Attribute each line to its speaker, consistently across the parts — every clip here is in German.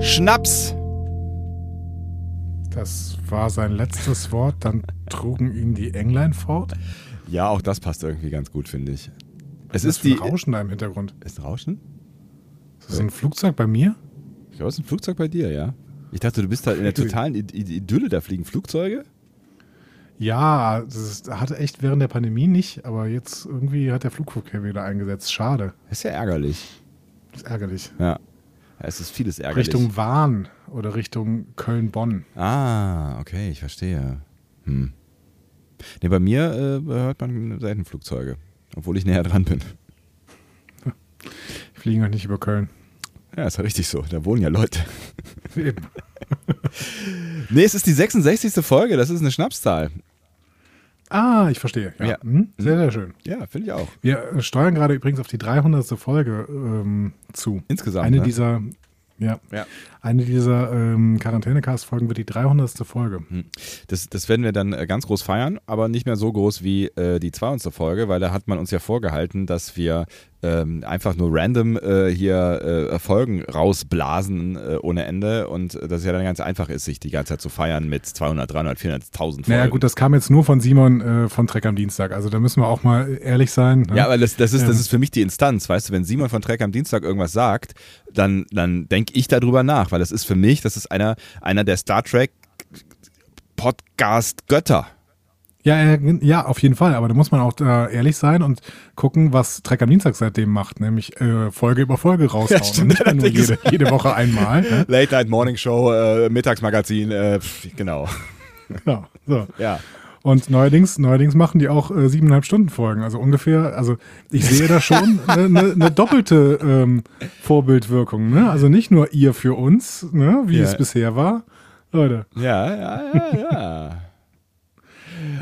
Speaker 1: Schnaps.
Speaker 2: Das war sein letztes Wort. Dann trugen ihn die Englein fort.
Speaker 1: Ja, auch das passt irgendwie ganz gut, finde ich. Es
Speaker 2: Was
Speaker 1: ist
Speaker 2: für ein
Speaker 1: die.
Speaker 2: Rauschen da im Hintergrund.
Speaker 1: Ist ein Rauschen?
Speaker 2: Ist das ein Flugzeug bei mir?
Speaker 1: Ich glaube, es ist ein Flugzeug bei dir, ja. Ich dachte, du bist halt in der totalen I I Idylle, da fliegen Flugzeuge.
Speaker 2: Ja, das ist- hatte echt während der Pandemie nicht, aber jetzt irgendwie hat der Flugverkehr wieder eingesetzt. Schade.
Speaker 1: Das ist ja ärgerlich.
Speaker 2: Das ist ärgerlich.
Speaker 1: Ja. ja es ist vieles ärgerlich.
Speaker 2: Richtung Wahn oder Richtung Köln-Bonn.
Speaker 1: Ah, okay, ich verstehe. Hm. Nee, bei mir äh, hört man Seitenflugzeuge, obwohl ich näher dran bin.
Speaker 2: Die Fliegen noch nicht über Köln.
Speaker 1: Ja, ist ja richtig so. Da wohnen ja Leute.
Speaker 2: Eben.
Speaker 1: Nee, es ist die 66. Folge. Das ist eine Schnapszahl.
Speaker 2: Ah, ich verstehe. Ja.
Speaker 1: Ja. Mhm.
Speaker 2: Hm? Sehr, sehr schön.
Speaker 1: Ja, finde ich auch.
Speaker 2: Wir äh, steuern gerade übrigens auf die 300. Folge ähm, zu.
Speaker 1: Insgesamt,
Speaker 2: Eine
Speaker 1: ne?
Speaker 2: dieser, ja,
Speaker 1: Ja.
Speaker 2: eine dieser ähm, Quarantäne-Cast-Folgen wird die 300. Folge.
Speaker 1: Das, das werden wir dann äh, ganz groß feiern, aber nicht mehr so groß wie äh, die 200. Folge, weil da hat man uns ja vorgehalten, dass wir ähm, einfach nur random äh, hier äh, Folgen rausblasen äh, ohne Ende und äh, dass es ja dann ganz einfach ist, sich die ganze Zeit zu feiern mit 200, 300, 400, 1000 Folgen.
Speaker 2: Naja, gut, das kam jetzt nur von Simon äh, von Trek am Dienstag. Also da müssen wir auch mal ehrlich sein. Ne?
Speaker 1: Ja, aber das, das, ist, das
Speaker 2: Ähm.
Speaker 1: ist für mich die Instanz, weißt du, wenn Simon von Trek am Dienstag irgendwas sagt, dann, dann denke ich darüber nach, weil das ist für mich, das ist einer, einer der Star Trek Podcast-Götter.
Speaker 2: ja, äh, ja, auf jeden Fall. Aber da muss man auch äh, ehrlich sein und gucken, was Trek am Dienstag seitdem macht. Nämlich äh, Folge über Folge raushauen.
Speaker 1: stimmt,
Speaker 2: und nicht nur
Speaker 1: allerdings.
Speaker 2: jede, jede Woche einmal. Ne?
Speaker 1: Late Night Morning Show, äh, Mittagsmagazin, äh, pf, genau.
Speaker 2: Genau. So.
Speaker 1: Ja.
Speaker 2: Und neuerdings, neuerdings machen die auch äh, siebeneinhalb Stunden Folgen. Also ungefähr, also ich sehe da schon eine ne, ne doppelte ähm, Vorbildwirkung. Ne? Also nicht nur ihr für uns, ne? wie
Speaker 1: Ja.
Speaker 2: es bisher war. Leute,
Speaker 1: Ja, ja, ja, ja.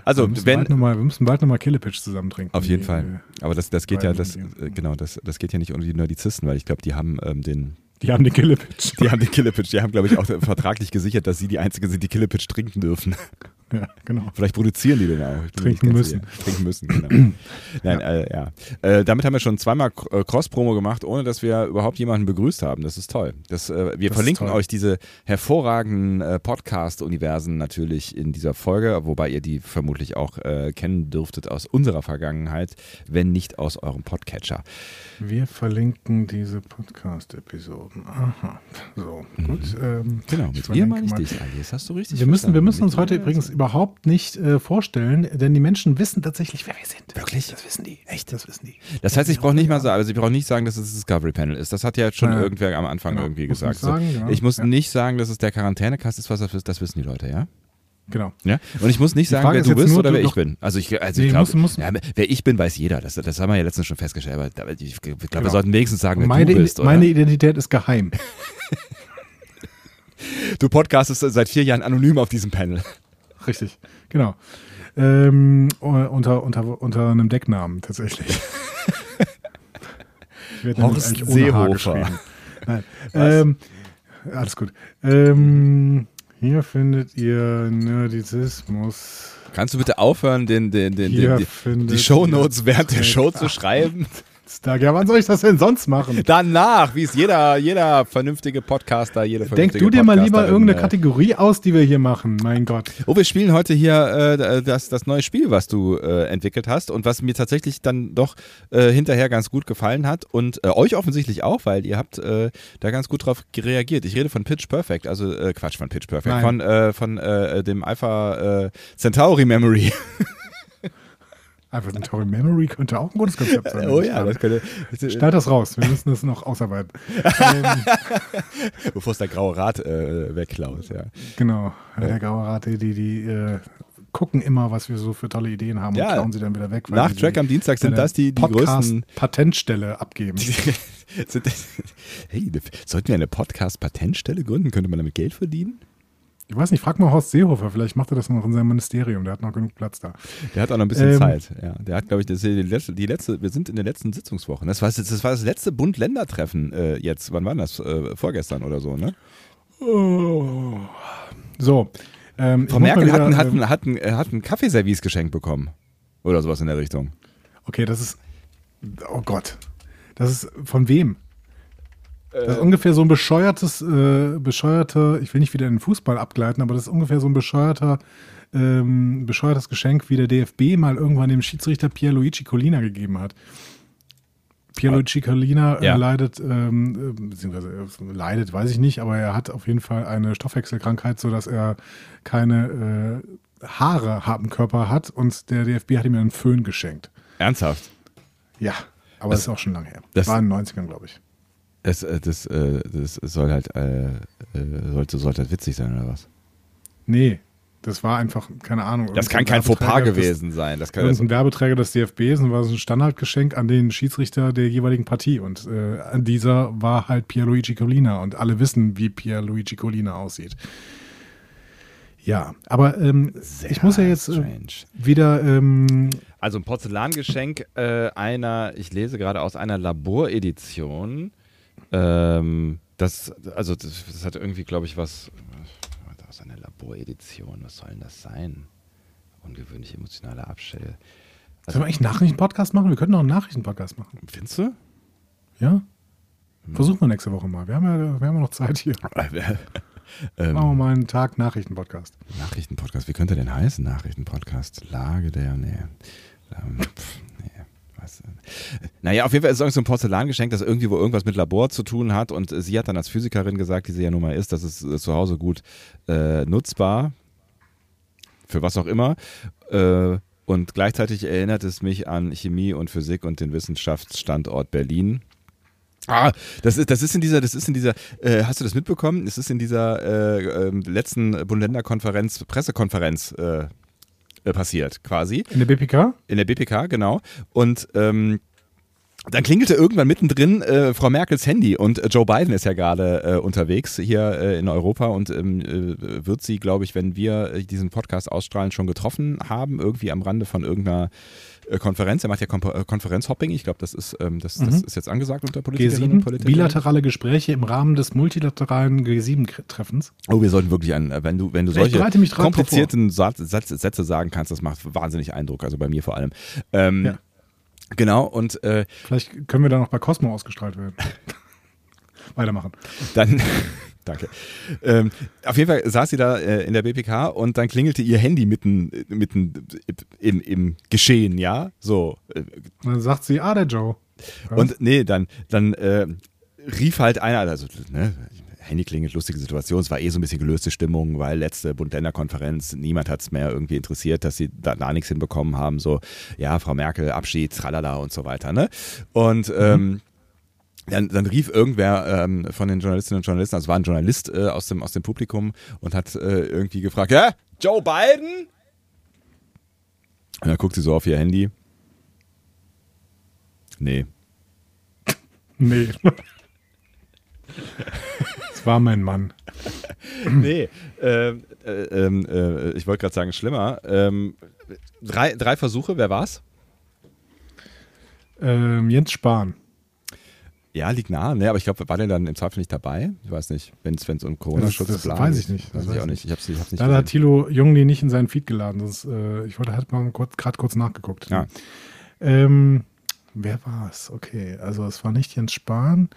Speaker 1: Also,
Speaker 2: wir müssen,
Speaker 1: wenn.
Speaker 2: bald noch mal, wir müssen bald nochmal Killepitch zusammen trinken.
Speaker 1: Auf jeden
Speaker 2: Die,
Speaker 1: Fall. Aber das, das geht ja,
Speaker 2: beiden
Speaker 1: das,
Speaker 2: Ideen.
Speaker 1: äh, genau, das, das geht ja nicht ohne die Nerdizisten, weil ich glaube, die haben ähm, den,
Speaker 2: äh, Die haben den Killepitch.
Speaker 1: die haben den Killepitch, die haben, glaube ich, auch äh, vertraglich gesichert, dass sie die einzigen sind, die Killepitch trinken dürfen.
Speaker 2: Ja, genau.
Speaker 1: Vielleicht produzieren die den auch. Ich bin mir nicht ganz
Speaker 2: Trinken müssen.
Speaker 1: sicher. Trinken müssen, genau. Nein, äh, ja. Äh, damit haben wir schon zweimal K- äh, Cross-Promo gemacht, ohne dass wir überhaupt jemanden begrüßt haben. Das ist toll. Das, äh, wir
Speaker 2: ist
Speaker 1: verlinken
Speaker 2: toll.
Speaker 1: euch diese hervorragenden äh, Podcast-Universen natürlich in dieser Folge, wobei ihr die vermutlich auch äh, kennen dürftet aus unserer Vergangenheit, wenn nicht aus eurem Podcatcher.
Speaker 2: Wir verlinken diese Podcast-Episoden. Aha. So, gut. Ähm,
Speaker 1: Mhm. Genau,
Speaker 2: ich
Speaker 1: mit mir
Speaker 2: verlinke
Speaker 1: meine ich
Speaker 2: mal.
Speaker 1: dich, Ali. Das hast du richtig
Speaker 2: Wir müssen, wir
Speaker 1: verstanden.
Speaker 2: müssen
Speaker 1: Mit
Speaker 2: uns heute
Speaker 1: dir.
Speaker 2: übrigens überhaupt nicht äh, vorstellen, denn die Menschen wissen tatsächlich, wer wir sind.
Speaker 1: Wirklich?
Speaker 2: Das wissen die. Echt? Das wissen die.
Speaker 1: Das heißt, ich brauche nicht mal sagen, also ich brauche nicht sagen, dass es das Discovery Panel ist. Das hat ja jetzt schon
Speaker 2: Ja.
Speaker 1: irgendwer am Anfang
Speaker 2: Genau.
Speaker 1: irgendwie
Speaker 2: Muss
Speaker 1: gesagt.
Speaker 2: nicht sagen,
Speaker 1: so.
Speaker 2: ja.
Speaker 1: Ich muss
Speaker 2: Ja.
Speaker 1: nicht sagen, dass es der Quarantänekast ist, was das ist, das wissen die Leute, ja?
Speaker 2: Genau.
Speaker 1: ja? Und ich muss nicht sagen,
Speaker 2: Frage
Speaker 1: wer
Speaker 2: ist
Speaker 1: du
Speaker 2: jetzt
Speaker 1: bist
Speaker 2: nur,
Speaker 1: oder
Speaker 2: du
Speaker 1: wer ich
Speaker 2: doch-
Speaker 1: bin. Also ich, also
Speaker 2: Nee,
Speaker 1: ich
Speaker 2: muss-
Speaker 1: glaube,
Speaker 2: muss-
Speaker 1: ja, wer ich bin, weiß jeder. Das, das haben wir ja letztens schon festgestellt. Aber da- ich glaube, wir
Speaker 2: Genau.
Speaker 1: sollten wenigstens sagen, wer
Speaker 2: Meine,
Speaker 1: du bist, oder?
Speaker 2: meine Identität ist geheim.
Speaker 1: du podcastest seit vier Jahren anonym auf diesem Panel.
Speaker 2: Richtig. Genau. Ähm, äh, unter, unter, unter einem Decknamen tatsächlich. Ich werd nämlich
Speaker 1: Horst
Speaker 2: eigentlich ohne H
Speaker 1: Seehofer.
Speaker 2: geschrieben. Nein. Ähm, alles gut. Ähm, hier findet ihr Nerdizismus.
Speaker 1: Kannst du bitte aufhören, den, den, den,
Speaker 2: Hier
Speaker 1: den, die,
Speaker 2: findet
Speaker 1: die Shownotes
Speaker 2: ihr
Speaker 1: während der
Speaker 2: Trek.
Speaker 1: Show zu schreiben?
Speaker 2: Star. Ja, wann soll ich das denn sonst machen?
Speaker 1: Danach, wie es jeder, jeder vernünftige Podcaster, jede
Speaker 2: Denk
Speaker 1: vernünftige
Speaker 2: du dir mal lieber
Speaker 1: Podcasterin,
Speaker 2: irgendeine
Speaker 1: äh,
Speaker 2: Kategorie aus, die wir hier machen. Mein Gott.
Speaker 1: Oh, wir spielen heute hier äh, das, das neue Spiel, was du äh, entwickelt hast und was mir tatsächlich dann doch äh, hinterher ganz gut gefallen hat und äh, euch offensichtlich auch, weil ihr habt äh, da ganz gut drauf reagiert. Ich rede von Pitch Perfect, also äh, Quatsch von Pitch Perfect,
Speaker 2: Nein.
Speaker 1: von, äh, von äh, dem Alpha äh, Centauri Memory.
Speaker 2: Einfach ein Tory Memory könnte auch ein gutes Konzept sein.
Speaker 1: Oh das könnte.
Speaker 2: Schneid das raus, wir müssen das noch ausarbeiten. ähm,
Speaker 1: Bevor es der graue Rat äh, wegklaut, ja.
Speaker 2: genau, der graue Rat, die, die, die äh, gucken immer, was wir so für tolle Ideen haben
Speaker 1: Ja.
Speaker 2: und klauen sie dann wieder weg.
Speaker 1: Nach Track am Dienstag sind das die- die größten-
Speaker 2: Patentstelle abgeben.
Speaker 1: Sind das- Hey, sollten wir eine Podcast-Patentstelle gründen? Könnte man damit Geld verdienen?
Speaker 2: Ich weiß nicht, frag mal Horst Seehofer, vielleicht macht er das noch in seinem Ministerium, der hat noch genug Platz da.
Speaker 1: Der hat auch noch ein bisschen
Speaker 2: Ähm.
Speaker 1: Zeit. Ja, der hat, glaube ich, das ist die letzte, die letzte, wir sind in der letzten Sitzungswoche. ne? Das war das, das, war das letzte Bund-Länder-Treffen äh, jetzt. Wann war das? Äh, vorgestern oder so, ne?
Speaker 2: Oh. So. Ähm, ich
Speaker 1: Frau
Speaker 2: muss mal
Speaker 1: Merkel hat, ein-
Speaker 2: wieder,
Speaker 1: hat,
Speaker 2: ähm,
Speaker 1: ein- hat, ein- äh, hat ein Kaffeeservice geschenkt bekommen. Oder sowas in der Richtung.
Speaker 2: Okay, das ist. Oh Gott. Das ist von wem? Das ist ungefähr so ein bescheuertes, äh, bescheuerter, ich will nicht wieder in den Fußball abgleiten, aber das ist ungefähr so ein bescheuerter, ähm, bescheuertes Geschenk, wie der DFB mal irgendwann dem Schiedsrichter Pierluigi Collina gegeben hat. Pierluigi Collina äh,
Speaker 1: Ja.
Speaker 2: leidet, ähm, äh, beziehungsweise äh, leidet, weiß ich nicht, aber er hat auf jeden Fall eine Stoffwechselkrankheit, sodass er keine äh, Haare am Körper hat und der DFB hat ihm einen Föhn geschenkt.
Speaker 1: Ernsthaft?
Speaker 2: Ja, aber das, ist auch schon lange her.
Speaker 1: das-
Speaker 2: War in den 90ern, glaube ich.
Speaker 1: Das, äh, das, äh, das soll halt, äh, äh, sollte, sollte halt witzig sein, oder was?
Speaker 2: Nee, das war einfach, keine Ahnung.
Speaker 1: Das kann
Speaker 2: irgendein
Speaker 1: kein Fauxpas
Speaker 2: Werbeträger des-
Speaker 1: gewesen sein. Das kann,
Speaker 2: Irgendein Werbeträger des DFBs und war so ein Standardgeschenk an den Schiedsrichter der jeweiligen Partie. Und äh, an dieser war halt Pierluigi Colina. Und alle wissen, wie Pierluigi Colina aussieht. Ja, aber ähm, ich muss ja jetzt äh,
Speaker 1: also strange.
Speaker 2: wieder. Ähm,
Speaker 1: Also ein Porzellangeschenk äh, einer, ich lese gerade aus einer Laboredition. Ähm, das, also das, das hat irgendwie, glaube ich, was. Warte, Aus einer Laboredition, was soll denn das sein? Ungewöhnlich emotionale Abstelle. Also
Speaker 2: sollen wir eigentlich einen Nachrichtenpodcast machen? Wir könnten auch einen Nachrichtenpodcast machen.
Speaker 1: Findest du?
Speaker 2: Ja?
Speaker 1: Hm.
Speaker 2: Versuchen wir nächste Woche mal. Wir haben ja, wir haben ja noch Zeit hier.
Speaker 1: Genau. Äh, ähm,
Speaker 2: Machen wir mal einen Tag Nachrichtenpodcast.
Speaker 1: Nachrichtenpodcast, wie könnte der denn heißen? Nachrichtenpodcast, Lage der, nee. Ähm, pf, nee. Was, äh. Naja, auf jeden Fall ist es irgendwie so ein Porzellangeschenk, das irgendwie wo irgendwas mit Labor zu tun hat. Und äh, sie hat dann als Physikerin gesagt, die sie ja nun mal ist, das ist äh, zu Hause gut äh, nutzbar. Für was auch immer. Äh, und gleichzeitig erinnert es mich an Chemie und Physik und den Wissenschaftsstandort Berlin. Ah, das ist, das ist in dieser, das ist in dieser, äh, hast du das mitbekommen? Es ist in dieser äh, ähm, letzten Bund-Länder-Konferenz, Pressekonferenz äh, äh, passiert, quasi.
Speaker 2: In der BPK?
Speaker 1: In der BPK, genau. Und ähm, dann klingelte irgendwann mittendrin äh, Frau Merkels Handy und äh, Joe Biden ist ja gerade äh, unterwegs hier äh, in Europa und ähm, äh, wird sie, glaube ich, wenn wir äh, diesen Podcast ausstrahlen, schon getroffen haben, irgendwie am Rande von irgendeiner äh, Konferenz. Er macht ja Kom äh, Konferenzhopping. Ich glaube, das, ist, ähm, das, das
Speaker 2: Mhm.
Speaker 1: ist jetzt angesagt unter Politikerinnen und
Speaker 2: G7,
Speaker 1: Politikern.
Speaker 2: bilaterale Gespräche im Rahmen des multilateralen G7-Treffens.
Speaker 1: Oh, wir sollten wirklich an, wenn du, wenn du
Speaker 2: Ich
Speaker 1: solche
Speaker 2: bereite mich drauf
Speaker 1: komplizierten Satz, Satz, Sätze sagen kannst, das macht wahnsinnig Eindruck, also bei mir vor allem. Ähm,
Speaker 2: Ja.
Speaker 1: Genau, und äh,
Speaker 2: Vielleicht können wir da noch bei Cosmo ausgestrahlt werden. Weitermachen.
Speaker 1: dann, danke. Ähm, auf jeden Fall saß sie da äh, in der BPK und dann klingelte ihr Handy mitten, äh, mitten äh, im, im Geschehen, ja? So, äh,
Speaker 2: Und dann sagt sie, ah, der Joe. Ja.
Speaker 1: Und nee, dann, dann äh, rief halt einer, also ne, Handy klingelt, lustige Situation, es war eh so ein bisschen gelöste Stimmung, weil letzte Bund-Länder-Konferenz, niemand hat es mehr irgendwie interessiert, dass sie da, da nichts hinbekommen haben, so, ja, Frau Merkel, Abschied, tralala und so weiter, ne? Und ähm, dann, dann rief irgendwer ähm, von den Journalistinnen und Journalisten, also war ein Journalist äh, aus, dem, aus dem Publikum und hat äh, irgendwie gefragt, hä, Joe Biden? Und dann guckt sie so auf ihr Handy. Nee.
Speaker 2: Nee. Es war mein Mann. Hm.
Speaker 1: Nee, ähm, äh, ähm, äh, ich wollte gerade sagen, schlimmer. Ähm, drei, drei Versuche, wer war's?
Speaker 2: Ähm, Jens Spahn.
Speaker 1: Ja, liegt nah, ne? aber ich glaube, war der dann im Zweifel nicht dabei? Ich weiß nicht, wenn es um Corona-Schutz
Speaker 2: Das- das
Speaker 1: bla
Speaker 2: weiß
Speaker 1: geht.
Speaker 2: ich nicht,
Speaker 1: Weiß
Speaker 2: das
Speaker 1: ich auch
Speaker 2: weiß
Speaker 1: nicht. Ich hab's, ich hab's nicht
Speaker 2: Leider hat
Speaker 1: gesehen.
Speaker 2: Thilo Jung die nicht in seinen Feed geladen. Sonst, äh, ich wollte halt mal gerade kurz nachgeguckt.
Speaker 1: Ja.
Speaker 2: Ähm, wer war es? Okay, also es war nicht Jens Spahn.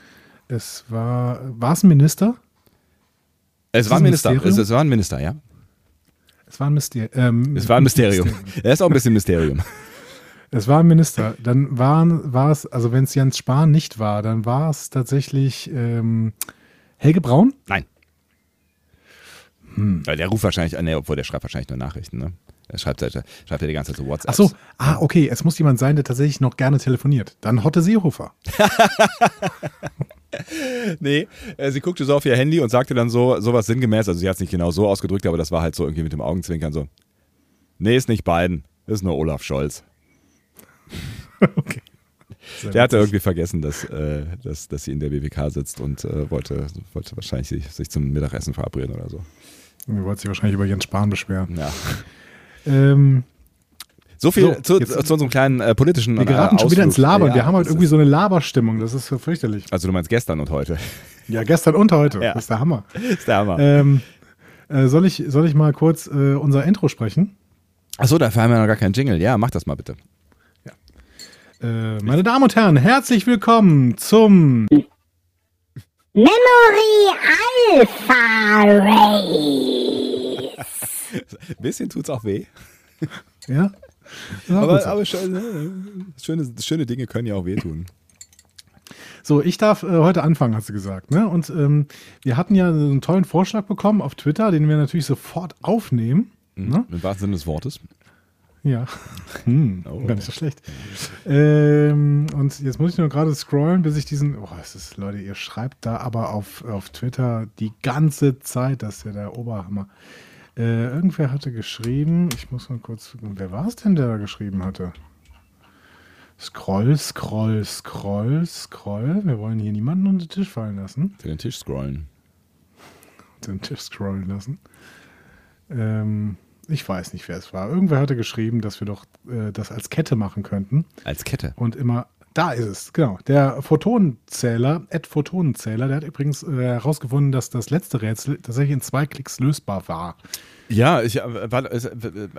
Speaker 2: Es war, war es ein Minister?
Speaker 1: Es
Speaker 2: das
Speaker 1: war ein
Speaker 2: ein
Speaker 1: Minister, es,
Speaker 2: Mysterium?
Speaker 1: es war ein Minister, ja.
Speaker 2: Es war ein Minister. Ähm,
Speaker 1: Es war ein Mysterium. Er ist auch ein bisschen Mysterium.
Speaker 2: Es war ein Minister. Dann waren, war es, also wenn es Jens Spahn nicht war, dann war es tatsächlich ähm, Helge Braun.
Speaker 1: Nein.
Speaker 2: Hm.
Speaker 1: Weil Der ruft wahrscheinlich, ne, obwohl der schreibt wahrscheinlich nur Nachrichten, ne? Er schreibt, halt- schreibt ja die ganze Zeit so WhatsApp.
Speaker 2: Ach so, ah, okay, es muss jemand sein, der tatsächlich noch gerne telefoniert. Dann Hotte Seehofer.
Speaker 1: Nee, äh, sie guckte so auf ihr Handy und sagte dann so sowas sinngemäß, also sie hat es nicht genau so ausgedrückt, aber das war halt so irgendwie mit dem Augenzwinkern so. Nee, ist nicht Biden, ist nur Olaf Scholz.
Speaker 2: Okay. Sehr
Speaker 1: Der hatte
Speaker 2: witzig.
Speaker 1: irgendwie vergessen, dass, äh, dass, dass sie in der BBK sitzt und äh, wollte, wollte wahrscheinlich sich, sich zum Mittagessen verabreden oder so.
Speaker 2: Ihr wollt sich wahrscheinlich über Jens Spahn beschweren.
Speaker 1: Ja.
Speaker 2: Ähm,
Speaker 1: So viel
Speaker 2: So,
Speaker 1: zu,
Speaker 2: jetzt-
Speaker 1: zu unserem kleinen äh, politischen
Speaker 2: wir geraten
Speaker 1: äh,
Speaker 2: schon wieder ins
Speaker 1: Ausflug.
Speaker 2: Labern.
Speaker 1: Ja,
Speaker 2: wir haben halt
Speaker 1: das
Speaker 2: irgendwie
Speaker 1: ist-
Speaker 2: so eine Laberstimmung. Das ist ja fürchterlich.
Speaker 1: Also du meinst gestern und heute.
Speaker 2: Ja, gestern und heute.
Speaker 1: Ja.
Speaker 2: Das ist der Hammer.
Speaker 1: ist der Hammer.
Speaker 2: Ähm, äh, soll, ich, soll ich mal kurz äh, unser Intro sprechen?
Speaker 1: Achso, dafür haben wir noch gar keinen Jingle. Ja, mach das mal bitte.
Speaker 2: Äh, meine Damen und Herren, herzlich willkommen zum
Speaker 3: Memory Alpha Ray.
Speaker 1: Ein bisschen tut's auch weh.
Speaker 2: ja? Ja, gut
Speaker 1: Aber,
Speaker 2: so.
Speaker 1: aber schön, äh, schöne, schöne Dinge können ja auch wehtun.
Speaker 2: So, ich darf äh, heute anfangen, hast du gesagt. Ne? Und ähm, wir hatten ja so einen tollen Vorschlag bekommen auf Twitter, den wir natürlich sofort aufnehmen. Ne?
Speaker 1: Im wahrsten Sinne des Wortes.
Speaker 2: Ja. Hm,
Speaker 1: Oh.
Speaker 2: Gar nicht so schlecht. Ähm, und jetzt muss ich nur gerade scrollen, bis ich diesen. Oh, es ist, Leute, ihr schreibt da aber auf, auf Twitter die ganze Zeit, das ist ja der Oberhammer. Äh, irgendwer hatte geschrieben, ich muss mal kurz gucken, wer war es denn, der da geschrieben hatte? Scroll, scroll, scroll, scroll. Wir wollen hier niemanden unter den Tisch fallen lassen
Speaker 1: Für den Tisch scrollen.
Speaker 2: den Tisch scrollen lassen. Ähm, ich weiß nicht, wer es war. Irgendwer hatte geschrieben, dass wir doch äh, das als Kette machen könnten.
Speaker 1: Als Kette.
Speaker 2: Und immer, da ist es, genau. Der Photonenzähler, Ed Photonenzähler, der hat übrigens äh, herausgefunden, dass das letzte Rätsel tatsächlich in zwei Klicks lösbar war.
Speaker 1: Ja, ich, äh, war, es, äh,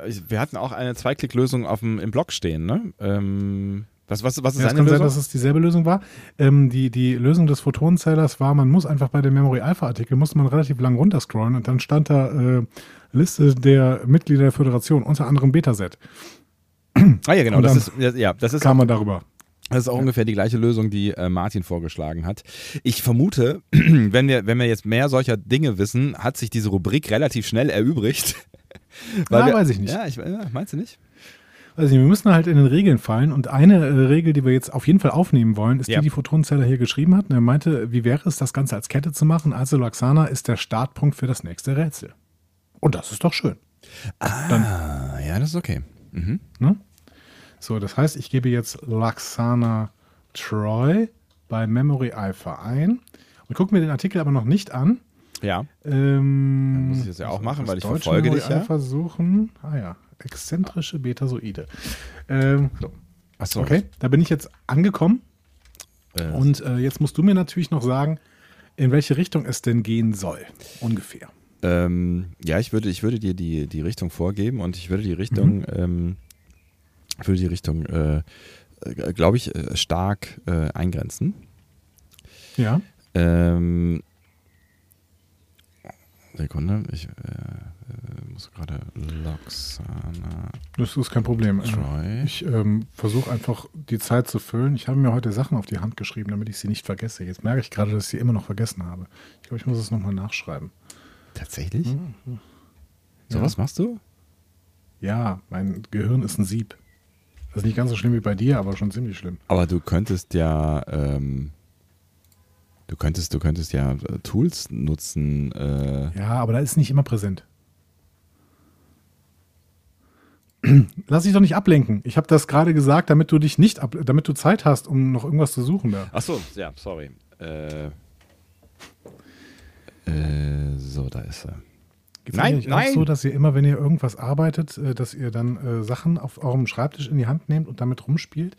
Speaker 1: ich, wir hatten auch eine Zweiklicklösung auf dem, im Blog stehen, ne? Ähm, was, was, was ist
Speaker 2: Ja, es
Speaker 1: eine
Speaker 2: kann sein,
Speaker 1: Lösung?
Speaker 2: dass es dieselbe Lösung war. Ähm, die, die Lösung des Photonenzählers war, man muss einfach bei dem Memory Alpha Artikel, musste man relativ lang runterscrollen und dann stand da äh, Liste der Mitglieder der Föderation, unter anderem Betaset.
Speaker 1: ah ja, genau.
Speaker 2: Und
Speaker 1: Das
Speaker 2: dann
Speaker 1: ist, ja, ja, das ist
Speaker 2: Kam man darüber.
Speaker 1: Das ist auch ungefähr die gleiche Lösung, die äh, Martin vorgeschlagen hat. Ich vermute, wenn wir, wenn wir jetzt mehr solcher Dinge wissen, hat sich diese Rubrik relativ schnell erübrigt.
Speaker 2: Na,
Speaker 1: wir-
Speaker 2: weiß ich nicht.
Speaker 1: Ja, ich, ja, meinst du nicht?
Speaker 2: Also wir müssen halt in den Regeln fallen und eine äh, Regel, die wir jetzt auf jeden Fall aufnehmen wollen, ist
Speaker 1: Ja.
Speaker 2: die, die Photonenzeller hier geschrieben hat. Und er meinte, wie wäre es, das Ganze als Kette zu machen? Also Laxana ist der Startpunkt für das nächste Rätsel. Und das ist doch schön.
Speaker 1: Ah, ja, das ist okay.
Speaker 2: Ne? So, das heißt, ich gebe jetzt Laxana Troy bei Memory Alpha ein und gucke mir den Artikel aber noch nicht an.
Speaker 1: Ja.
Speaker 2: Ähm,
Speaker 1: Dann muss ich das ja auch machen,
Speaker 2: das
Speaker 1: weil ich
Speaker 2: deutsche
Speaker 1: verfolge
Speaker 2: Memory
Speaker 1: dich ja.
Speaker 2: Alpha suchen. Ah ja, exzentrische Betasoide. Ähm, so.
Speaker 1: Achso.
Speaker 2: Okay, da bin ich jetzt angekommen.
Speaker 1: Äh,
Speaker 2: Und äh, jetzt musst du mir natürlich noch sagen, in welche Richtung es denn gehen soll. Ungefähr.
Speaker 1: Ähm, ja, ich würde, ich würde dir die, die Richtung vorgeben und ich würde die Richtung, ähm, ich würde die Richtung, äh, glaube ich, äh, stark äh, eingrenzen.
Speaker 2: Ja.
Speaker 1: Ähm, Sekunde, ich äh, äh, muss gerade Loxana
Speaker 2: Das ist kein Problem. Äh,
Speaker 1: Troy.
Speaker 2: Ich ähm, versuche einfach die Zeit zu füllen. Ich habe mir heute Sachen auf die Hand geschrieben, damit ich sie nicht vergesse. Jetzt merke ich gerade, dass ich sie immer noch vergessen habe. Ich glaube, ich muss es nochmal nachschreiben.
Speaker 1: Tatsächlich? Hm, So
Speaker 2: Ja.
Speaker 1: was machst du?
Speaker 2: Ja, mein Gehirn ist ein Sieb. Das ist nicht ganz so schlimm wie bei dir, aber schon ziemlich schlimm.
Speaker 1: Aber du könntest ja, ähm, du könntest, du könntest ja äh, Tools nutzen. Äh,
Speaker 2: Ja, aber da ist nicht immer präsent. Lass dich doch nicht ablenken. Ich habe das gerade gesagt, damit du dich nicht ab, damit du Zeit hast, um noch irgendwas zu suchen da.
Speaker 1: Ach so, ja, sorry. Äh, äh, so, da ist er.
Speaker 2: Geht's
Speaker 1: Nein,
Speaker 2: euch nicht
Speaker 1: nein.
Speaker 2: Auch so, dass ihr immer, wenn ihr irgendwas arbeitet, äh, dass ihr dann äh, Sachen auf eurem Schreibtisch in die Hand nehmt und damit rumspielt.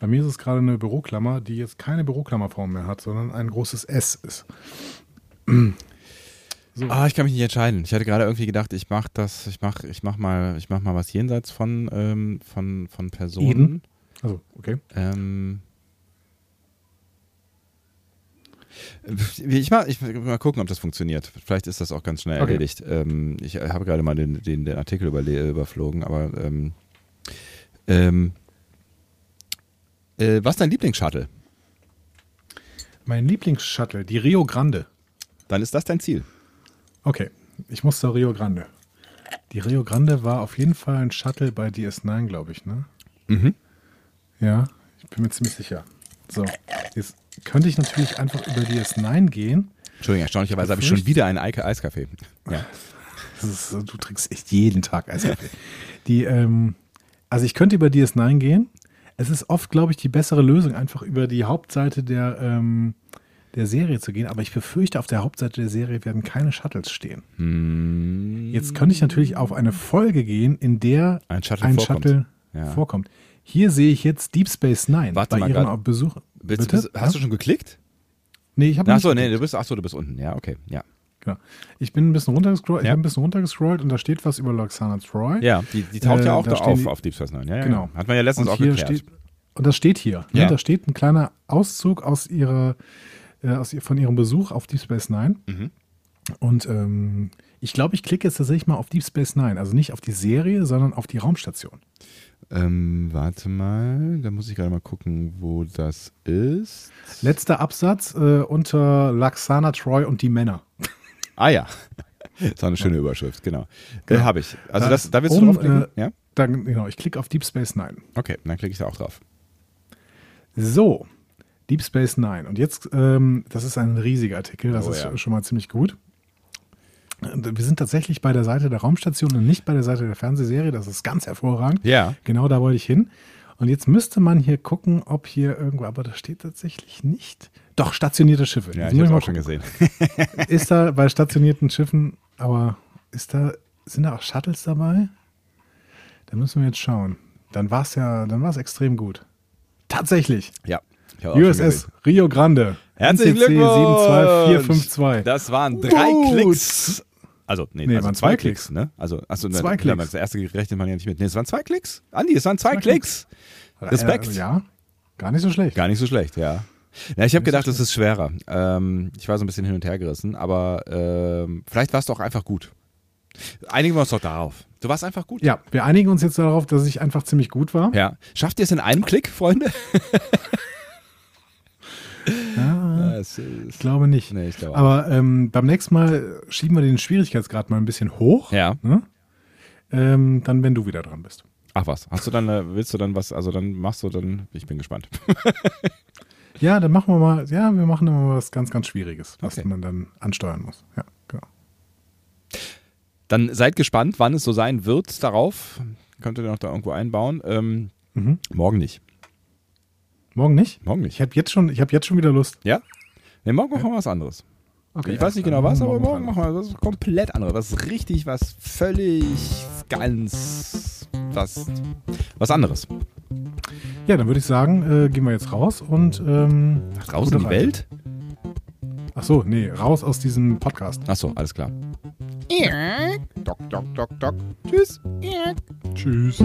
Speaker 2: Bei mir ist es gerade eine Büroklammer, die jetzt keine Büroklammerform mehr hat, sondern ein großes S ist.
Speaker 1: Ah, ich kann mich nicht entscheiden. Ich hatte gerade irgendwie gedacht, ich mach das, ich mach, ich mach mal, ich mach mal was jenseits von, ähm, von, von Personen.
Speaker 2: Eden. Also, okay.
Speaker 1: Ähm. Ich mal, ich mal gucken, ob das funktioniert. Vielleicht ist das auch ganz schnell
Speaker 2: Okay.
Speaker 1: erledigt. Ähm, ich habe gerade mal den, den, den Artikel überle- überflogen, aber ähm, ähm, äh, was ist dein Lieblingsshuttle?
Speaker 2: Mein Lieblingsshuttle, die Rio Grande.
Speaker 1: Dann ist das dein Ziel.
Speaker 2: Okay, ich muss zur Rio Grande. Die Rio Grande war auf jeden Fall ein Shuttle bei DS9, glaube ich, ne?
Speaker 1: Mhm.
Speaker 2: Ja, ich bin mir ziemlich sicher. So, jetzt könnte ich natürlich einfach über DS9 gehen.
Speaker 1: Entschuldigung, erstaunlicherweise habe ich schon wieder einen Eike Eiskaffee. Ja.
Speaker 2: Das ist, so, du trinkst echt jeden Tag Eiskaffee. Die, ähm, also ich könnte über DS9 gehen, Es ist oft, glaube ich, die bessere Lösung, einfach über die Hauptseite der, ähm, der Serie zu gehen. Aber ich befürchte, auf der Hauptseite der Serie werden keine Shuttles stehen. Jetzt könnte ich natürlich auf eine Folge gehen, in der
Speaker 1: Hm. Ein Shuttle vorkommt.
Speaker 2: Shuttle
Speaker 1: Ja.
Speaker 2: vorkommt. Hier sehe ich jetzt Deep Space Nine
Speaker 1: Warte
Speaker 2: bei
Speaker 1: mal
Speaker 2: ihren
Speaker 1: grad.
Speaker 2: Besuch.
Speaker 1: Willst, du- bist, hast du schon geklickt?
Speaker 2: Nee, ich habe
Speaker 1: Achso, nee, du bist, achso, du bist unten. Ja, okay. Ja,
Speaker 2: Genau. Ich bin ein bisschen runtergescrollt, ich
Speaker 1: Ja.
Speaker 2: habe ein bisschen runtergescrollt und da steht was über Loxana Troy.
Speaker 1: ja die, die taucht
Speaker 2: Äh,
Speaker 1: ja auch
Speaker 2: da
Speaker 1: da
Speaker 2: stehen
Speaker 1: auf,
Speaker 2: die-
Speaker 1: auf Deep Space Nine. Ja, ja,
Speaker 2: Genau.
Speaker 1: Hat man ja letztens
Speaker 2: und
Speaker 1: auch
Speaker 2: hier
Speaker 1: geklärt.
Speaker 2: Steht, und das steht hier. Ne?
Speaker 1: Ja.
Speaker 2: Da steht ein kleiner Auszug aus ihrer, äh, aus, ihr- von ihrem Besuch auf Deep Space Nine.
Speaker 1: Mhm.
Speaker 2: Und ähm, ich glaube, ich klicke jetzt tatsächlich mal auf Deep Space Nine. Also nicht auf die Serie, sondern auf die Raumstation.
Speaker 1: Ähm, warte mal, da muss ich gerade mal gucken, wo das ist.
Speaker 2: Letzter Absatz äh, unter Laxana Troy und die Männer.
Speaker 1: Ah ja. ist auch eine schöne Überschrift, genau. Äh, Habe ich. Also
Speaker 2: Da
Speaker 1: das,
Speaker 2: ist
Speaker 1: da willst du
Speaker 2: oben,
Speaker 1: draufklicken?
Speaker 2: äh,
Speaker 1: ja?
Speaker 2: Dann, genau, ich klicke auf Deep Space Nine.
Speaker 1: Okay, dann klicke ich da auch drauf.
Speaker 2: So, Deep Space Nine. Und jetzt, ähm, das ist ein riesiger Artikel, das
Speaker 1: Oh
Speaker 2: ist
Speaker 1: ja.
Speaker 2: schon mal ziemlich gut. Und Wir sind tatsächlich bei der Seite der Raumstation und nicht bei der Seite der Fernsehserie. Das ist ganz hervorragend.
Speaker 1: Ja.
Speaker 2: Genau da wollte ich hin. Und jetzt müsste man hier gucken, ob hier irgendwo, aber das steht tatsächlich nicht. Doch, stationierte Schiffe.
Speaker 1: Ja,
Speaker 2: Jetzt
Speaker 1: ich
Speaker 2: muss
Speaker 1: habe
Speaker 2: mal
Speaker 1: auch schon gesehen.
Speaker 2: gucken. Ist da bei stationierten Schiffen, aber ist da, sind da auch Shuttles dabei? Da müssen wir jetzt schauen. Dann war es ja, dann war es extrem gut. Tatsächlich.
Speaker 1: ja. Ich hab auch schon
Speaker 2: USS
Speaker 1: gesehen.
Speaker 2: Rio Grande.
Speaker 1: Herzlichen
Speaker 2: NCC
Speaker 1: Glückwunsch.
Speaker 2: 72452.
Speaker 1: Das waren drei
Speaker 2: Gut.
Speaker 1: Klicks. Also, nee,
Speaker 2: Nee,
Speaker 1: also
Speaker 2: waren
Speaker 1: zwei,
Speaker 2: zwei
Speaker 1: Klicks, ne? Also, achso,
Speaker 2: Zwei
Speaker 1: nein,
Speaker 2: Klicks.
Speaker 1: Das erste rechnet man ja nicht mit. Nee, es waren zwei Klicks. Andi, es waren zwei, Klicks. Respekt.
Speaker 2: Äh, ja, gar nicht so schlecht.
Speaker 1: Gar nicht so schlecht, ja. Na, ich habe gedacht, es ist schwerer. Ähm, ich war so ein bisschen hin und her gerissen, aber ähm, vielleicht warst du auch einfach gut. Einigen wir uns doch darauf. Du warst einfach gut.
Speaker 2: Ja, wir einigen uns jetzt darauf, dass ich einfach ziemlich gut war.
Speaker 1: Ja. Schafft ihr es in einem Klick, Freunde?
Speaker 2: Ah.
Speaker 1: ja, es
Speaker 2: Ich
Speaker 1: ist,
Speaker 2: glaube nicht.
Speaker 1: Nee, ich glaube auch
Speaker 2: Aber ähm, beim nächsten Mal schieben wir den Schwierigkeitsgrad mal ein bisschen hoch.
Speaker 1: ja.
Speaker 2: Ne? Ähm, dann, wenn du wieder dran bist.
Speaker 1: Ach was. Hast du dann, äh, willst du dann was, also dann machst du dann, ich bin gespannt.
Speaker 2: Ja, dann machen wir mal, ja, wir machen immer mal was ganz, ganz Schwieriges, was
Speaker 1: Okay.
Speaker 2: man dann ansteuern muss. Ja, genau.
Speaker 1: Dann seid gespannt, wann es so sein wird darauf. Könnt ihr noch da irgendwo einbauen. Ähm, Morgen nicht.
Speaker 2: Morgen nicht?
Speaker 1: Morgen nicht.
Speaker 2: Ich habe jetzt, schon- ich hab jetzt schon wieder Lust.
Speaker 1: Ja? Nee, morgen machen wir was anderes.
Speaker 2: Okay,
Speaker 1: ich weiß nicht genau
Speaker 2: dann
Speaker 1: was,
Speaker 2: machen wir
Speaker 1: aber morgen
Speaker 2: dran.
Speaker 1: machen wir was komplett anderes. Was richtig, was völlig ganz, was, was anderes.
Speaker 2: Ja, dann würde ich sagen, äh, gehen wir jetzt raus und ähm,
Speaker 1: Nach draußen in die
Speaker 2: gute Reise.
Speaker 1: Welt?
Speaker 2: Ach so, nee, raus aus diesem Podcast.
Speaker 1: Achso, alles klar.
Speaker 4: Doc, doc, doc, doc.
Speaker 1: Tschüss.
Speaker 2: Tschüss.